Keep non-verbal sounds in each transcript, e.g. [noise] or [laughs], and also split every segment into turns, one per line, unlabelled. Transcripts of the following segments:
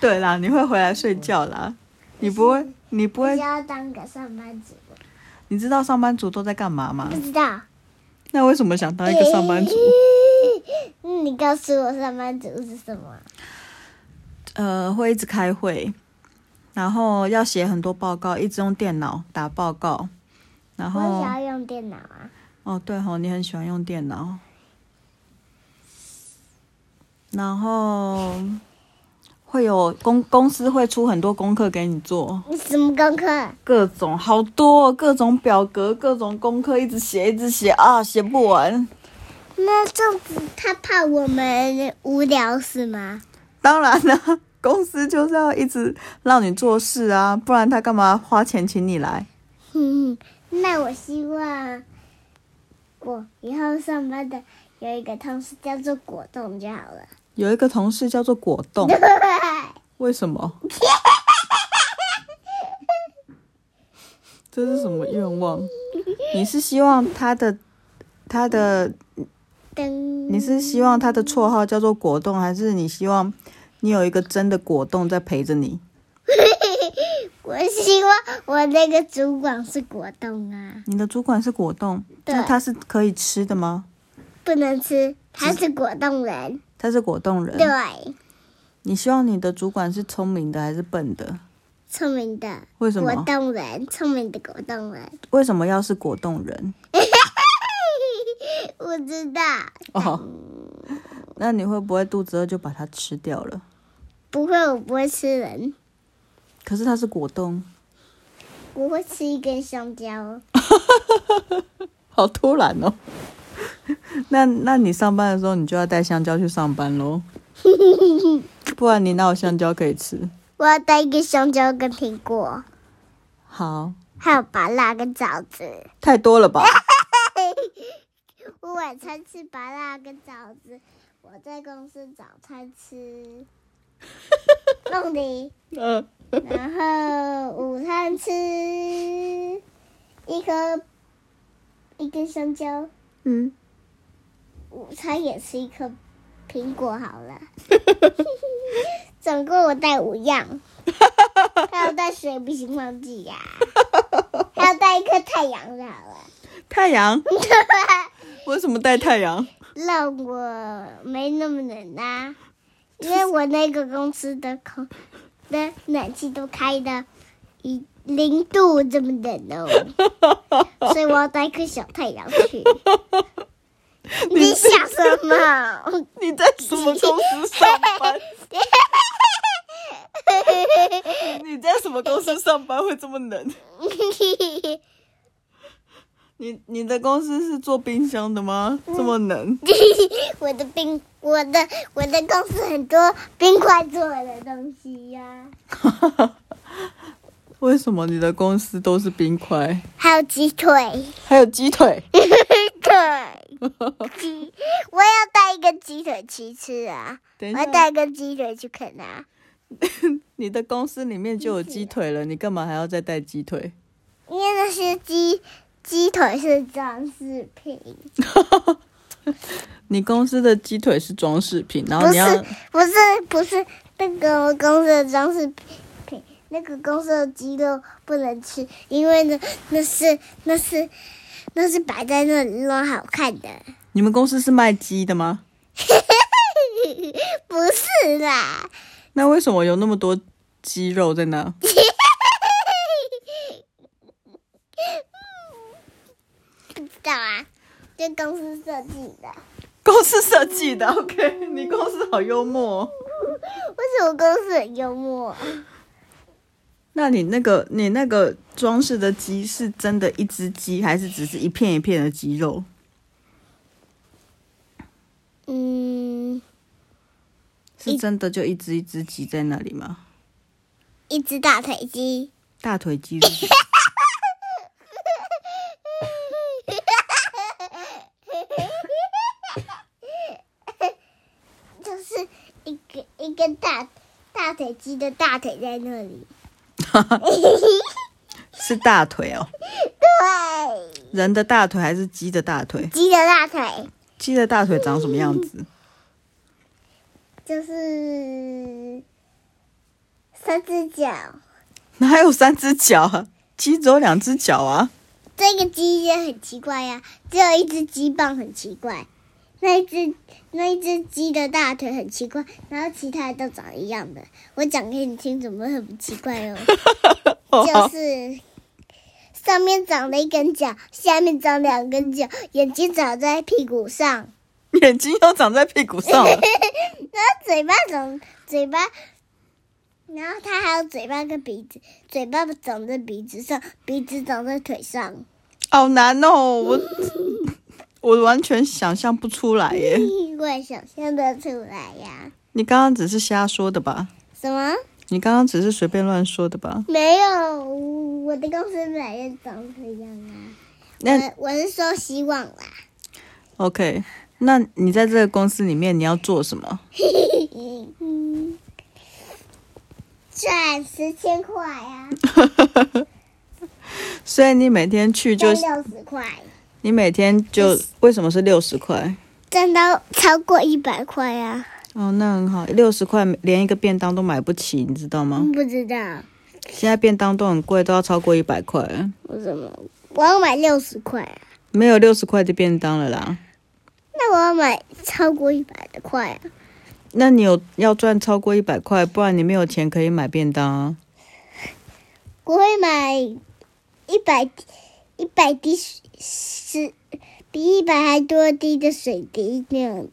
对啦，你会回来睡觉啦，你不会，你不
我
会
是，要当个上班族，
你知道上班族都在干嘛吗
不？知道。
那为什么想啊当一个上班族？
嗯你告诉我上班族是什么？嗯
呃，会一直开会，然后要写很多报告，一直用电脑打报告，然
我
后
想要用电脑啊。
哦，对吼、你很喜欢用电脑。然后会有公公司会出很多功课给你做，
你什么功课？
各种好多各种表格、各种功课，一直写一直写啊，写不完。
那这样子他怕我们无聊
[laughs]
是吗？
当然啦、公司就是要一直让你做事啊，不然他干嘛花钱请你来？
哼，那我希望我以后上班的有一个同事叫做果冻就好
[laughs]
了。
有一个同事叫做果冻，为什么？ [laughs] 这是什么愿望？你是希望他的他的
噔，
你是希望他的绰号叫做果冻，还是你希望你有一个真的果冻在陪着你？
我希望我那个主管是果冻啊，
你的主管是果冻，
对
那他是可以吃的吗？
不能吃，他是果冻人。
他是果冻人。
对，
你希望你的主管是聪明的还是笨的？
聪明的
为什
果
么？
冻人，聪明的果冻人， [laughs]
为什么要是果冻人？
我知道，
哦，那你会不会肚子饿就把它吃掉了？
不会，我不会吃人，
可是它是果冻，
我会吃一根香蕉。
好突然哦。 [laughs] 那那你上班的时候，你就要带香蕉去上班 [laughs] 喽，不然你哪有香蕉可以吃？
我要带一个香蕉跟苹果，
好，
还有芭乐跟枣子。
太多了吧？
我晚餐吃芭乐跟枣子，我在公司早餐吃凤梨，
嗯、
然后午餐吃一颗一根香蕉，
[laughs] 嗯，
午餐也吃一颗苹果好了。总共我带五样，还有带水不行忘记呀、还有带一颗太阳就啊好了。
太阳？为什么带太阳？
让我没那么冷啦、因为我那个公司的空的暖气都开的一零度这么冷哦，所以我要带一颗小太阳去。你想什么？
你在什么公司上 [laughs] 班？你在什么公司上班会这么冷？你你的公司是做冰箱的吗？
嗯
这么冷？ [laughs]
[laughs] 我的冰，我的我的公司很多冰块做的东西呀、
为什么你的公司都是冰块？
还有鸡腿。
还有鸡腿？
腿，鸡， [laughs] 我要带一根鸡腿去吃啊！
等一
我要
下，
带一根鸡腿去啃啊！
[laughs] 你的公司里面就有鸡腿了，你干嘛还要再带鸡腿？ [laughs]
因为那些鸡鸡腿是装饰品，
你公司的鸡腿是装饰品，然后
不
哦你要
是不是不是那个公司的装饰品，那个公司的鸡肉不能吃，因为呢那是那是那是摆在那里弄好看的，
你们公司是卖鸡的吗？
[laughs] 不是 [laughs] 啦，
那为什么有那么多鸡肉在
[laughs]
那？
不知道啊，这公司设计的。
公司设计的，OK，你公司好幽默、哦。
为什么公司很幽默？啊
那你那个你那个装饰的鸡是真的一只鸡，还是只是一片一片的鸡肉？
嗯，
是真的就一只一只鸡在那里吗？
一只大腿鸡。
大腿肌是什么
就是一个一根大大腿鸡的大腿在那里。
是大腿哦，
对，
人的大腿还是鸡的大腿？
鸡的大腿
鸡的大腿长什么样子？
就是有只脚，
哪有三只脚啊？鸡只有两只脚啊！
这个鸡也很奇怪呀、只有一只鸡棒很奇怪，那一只那一只鸡的大腿很奇怪，然后其他的都长一样的。我讲给你听，怎么会很奇怪哦？就是上面长了一根脚，下面长两根脚，眼睛长在屁股上，
眼睛又长在屁股上啊了，
嘴巴长嘴巴，然后它还有嘴巴跟鼻子，嘴巴长在鼻子上，鼻子长在腿上。 [laughs]
好难哦！我我完全想象不出来耶。
我也想象得出来呀。
你刚刚只是瞎说的吧？
什么？
你刚刚只是随便乱说的吧？
没有，我的公司本来就长这样啊。
那
我我是说希望啦，
OK，那你在这个公司里面你要做什么？ [laughs]
嗯，赚十千块呀、啊，
所以你每天去就
赚六十块，
你每天就为什么是六十块？
赚到超过一百块啊呀、
哦，那很好，六十块连一个便当都买不起，你知道吗？
不知道
现在便当都很贵，都要超过一百块，
我怎么，我要买六十块啊，
没有六十块的便当了啦。
那我要买超过一百的块啊，
那你有要赚超过一百块，不然你没有钱可以买便当啊。
我会买一百一百滴水是比一百还多滴的水滴那样子。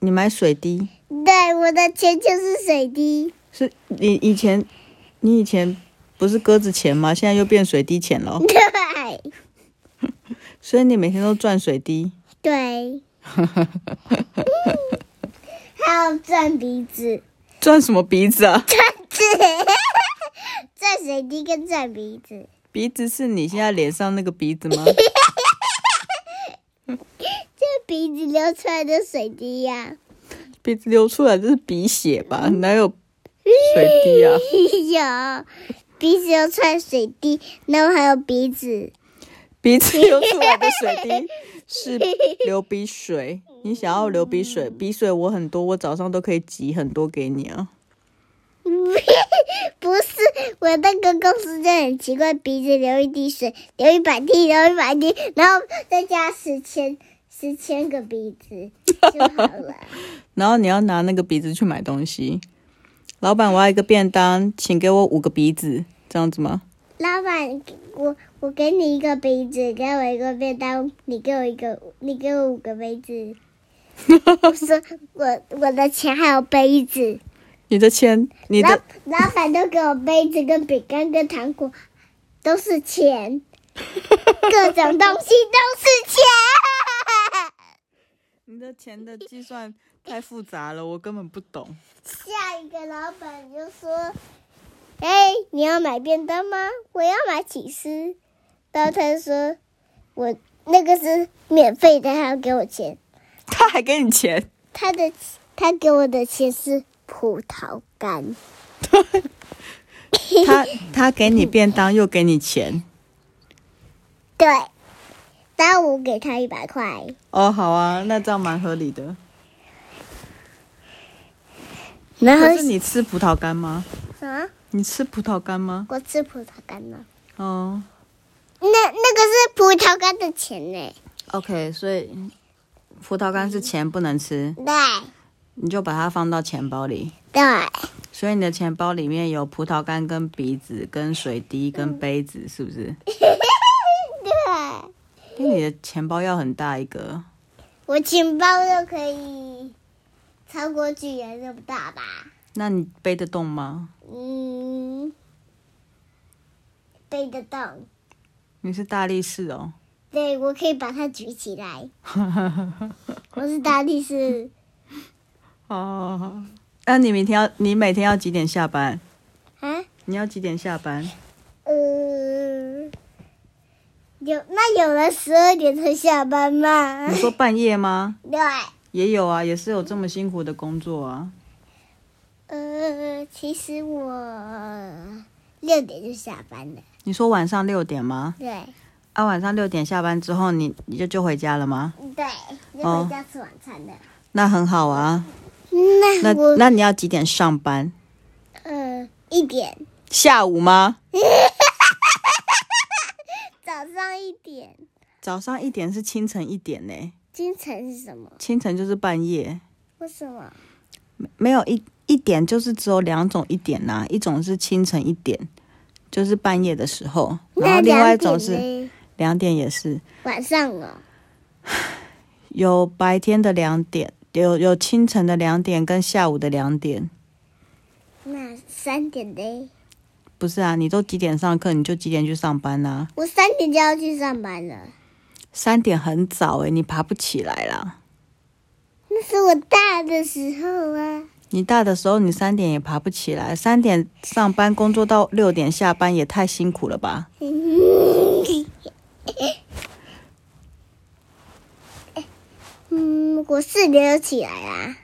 你买水滴，
对，我的钱就是水滴。 [laughs]
是你以前你以前不是鸽子钱吗？现在又变水滴钱
嗯
了，哦
对
所以你每天都赚水滴。
对，还有转鼻子，
赚什么鼻子啊？
转水滴跟转鼻子， [laughs]
鼻子是你现在脸上那个鼻子吗？
这鼻子流出来的水滴呀、
鼻子流出来这是鼻血吧？哪有水滴
[laughs]
啊？
有鼻子流出来水滴，然后还有鼻子， [laughs]
鼻子流出来的水滴是流鼻水。你想要流鼻水？鼻水我很多，我早上都可以挤很多给你啊。
不是我那个公司真的很奇怪，鼻子流一滴水，流一百滴，流一百滴，然后再加十千十千个鼻子就好了。
然后你要拿那个鼻子去买东西。老板，我要一个便当，请给我五个鼻子，这样子吗？
老板，我我给你一个杯子，给我一个便当，你给我一个，你给我五个
[laughs]
杯子。我说我我的钱还有杯子，
你的钱，你
老
的
老板都给我杯子、跟饼干、跟糖果，都
[laughs]
是钱，各种东西都是钱。
你的钱的计算太复杂了，我根本不懂。
下一个老板就说：“哎，你要买便当吗？我要买起司。”然后他就说：“我那个是免费的，还要给我钱。
他还给你钱，”
他的他给我的钱是葡萄干，
他他给你便当又给你钱。
对。然后我给他一百块，
哦，好啊，那这样蛮合理的。
然
可
后
是你吃葡萄干吗？
什么？
你吃葡萄干吗？
我吃葡萄干了。
哦
那那个是葡萄干的钱呢？
，OK，所以葡萄干是钱不能吃，
对
你就把它放到钱包里。
对， [laughs]
所以你的钱包里面有葡萄干、跟鼻子、跟水滴、跟杯子，是不是？
对。
因为你的钱包要很大一个，
我钱包都可以超过巨人这么大吧？
那你背得动吗？
嗯，背得动。
你是大力士哦， [laughs]
对，我可以把它举起来。我是大
[laughs]
力士，
哦，那你明天要，你每天要几点下班？
啊，
你要几点下班？
呃，有那有人十二点才下班吗
你？说半夜吗？
对，
也有啊，也是有这么辛苦的工作啊。
呃，其实我六点就下班了。
你说晚上六点吗？
对，
啊，晚上六点下班之后，你你就就回家了吗？
对，就
哦
回家吃晚餐了。
那很好啊。
那
那
我
那你要几点上班？
呃，一点，
下午吗？
早上一点，
早上一点是清晨一点呢、
清晨是什么？
清晨就是半夜，
为什么？
没有一一点就是只有两种一点呐、一种是清晨一点，就是半夜的时候，然
那
后另外一
两
种
点
是
呢？
两点也是
晚上哦，
有白天的两点，有有清晨的两点跟下午的两点。
那三点呢？
不是啊，你都几点上课，你就几点去上班啦、
我三点就要去上班了，
三点很早诶、你爬不起来啦。
那是我大的时候啊。 [laughs]
你大的时候，你三点也爬不起来，三点上班工作到六点下班，也太辛苦了吧？
嗯，我四点就起来啊。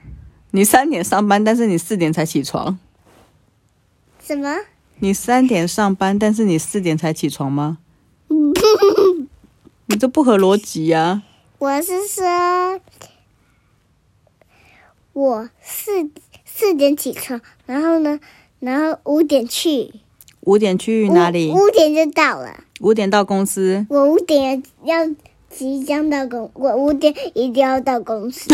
你三点上班，但是你四点才起床。
什么？
你三点上班，但是你四点才起床吗？你这不合逻辑啊呀、
我是说，我四四点起床，然后呢，然后五点去，
五点去哪里？
五五点就到了。
五点到公司，
我五点要即将到公，我五点一定要到公司，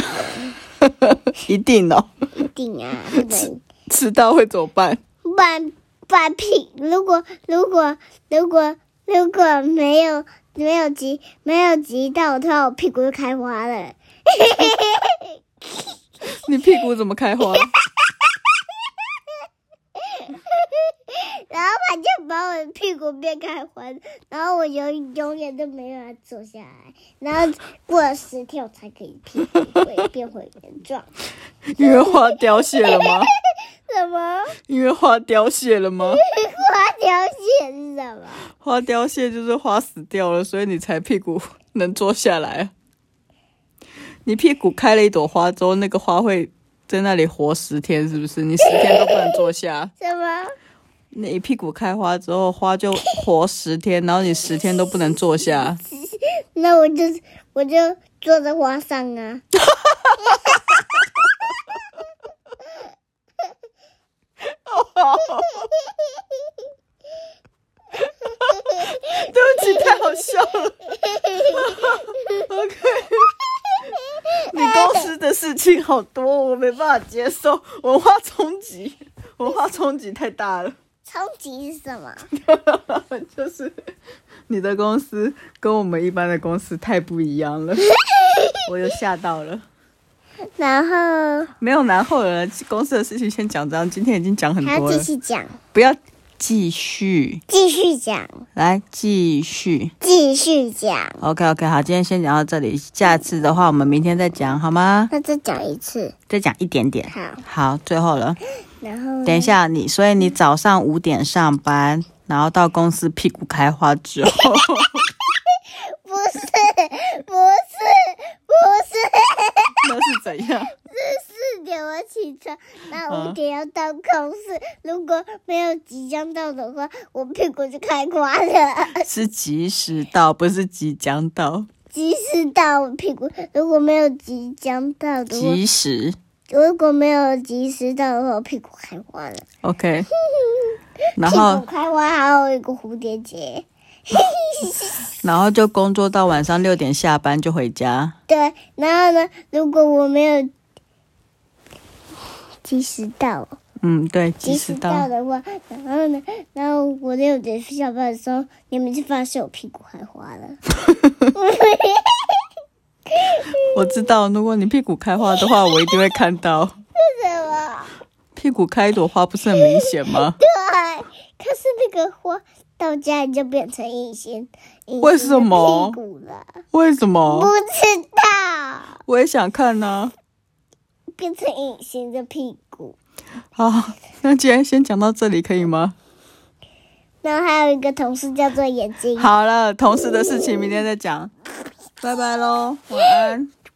一定哦。
一定
[laughs]
啊，不能，
迟到会怎么办？
不然不然屁。如果如果如果如果没有没有急没有急到的话，我屁股就开花了。
你屁股怎么开花？ [laughs]
然后他就把我的屁股变开花，然后我永永远都没办法坐下来，然后过了十天我才可以屁股会变回原
[laughs]
状。
因为花凋谢了吗？
什么？
因为花凋谢了吗？ [laughs]
花凋谢是什么？
花凋谢就是花死掉了，所以你才屁股能坐下来。啊你屁股开了一朵花之后，那个花会在那里活十天，是不是？你十天都不能坐下。
什么？
那你屁股开花之后，花就活十天，然后你十天都不能坐下。
那我就我就坐在花上啊。 [laughs]
对不起，太好笑了。OK，你公司的事情好多，我没办法接受，文化冲击，文化冲击太大了。
超级是什么？ [laughs]
[laughs] 就是你的公司跟我们一般的公司太不一样了，我又吓到了。
然后
没有然后了，公司的事情先讲这样，今天已经讲很
还要
多
继
了，
续讲，
不要继续
继续讲，
来继续。
继续讲。
OK OK，好，今天先讲到这里，下次的话我们明天再讲好吗？
那再讲一次，
再讲一点点。
好。
好，最后了，
然后
等一下你，所以你早上五点上班，然后到公司屁股开花之后，
不是不是不是。
那是怎样？
四点我起床，那五
嗯
点要到公司。如果没有即将到的话，我屁股就开花了。 [laughs]
是及时到，不是即将到，
即使到我屁股，如果没有即将到的话，
及时。
如果没有及时到的话，我屁股开花 [laughs] 了。
OK，然
屁股
后
开花还有一个蝴蝶结。
然后就工作到晚上六点下班就回家。
对，然后呢？如果我没有及时到，
嗯，对，及
及
时
时
到
到。的话，然后呢？然后我六点下班的时候，你们就发现我屁股开花了。
我知道，如果你屁股开花的话，我一定会看到。 [laughs]
什么？
屁股开一朵花不是很明显吗？
对，啊可是那个花到家里就变成隐形，隐形
为什么
的屁股了？
为什
不
么？
知道，
我也想看啊呢、
变成隐形的屁股。
好，那今天先讲到这里可以吗？
然后还有一个同事叫做眼睛。
好了，同事的事情明天再讲，拜拜喽，晚安。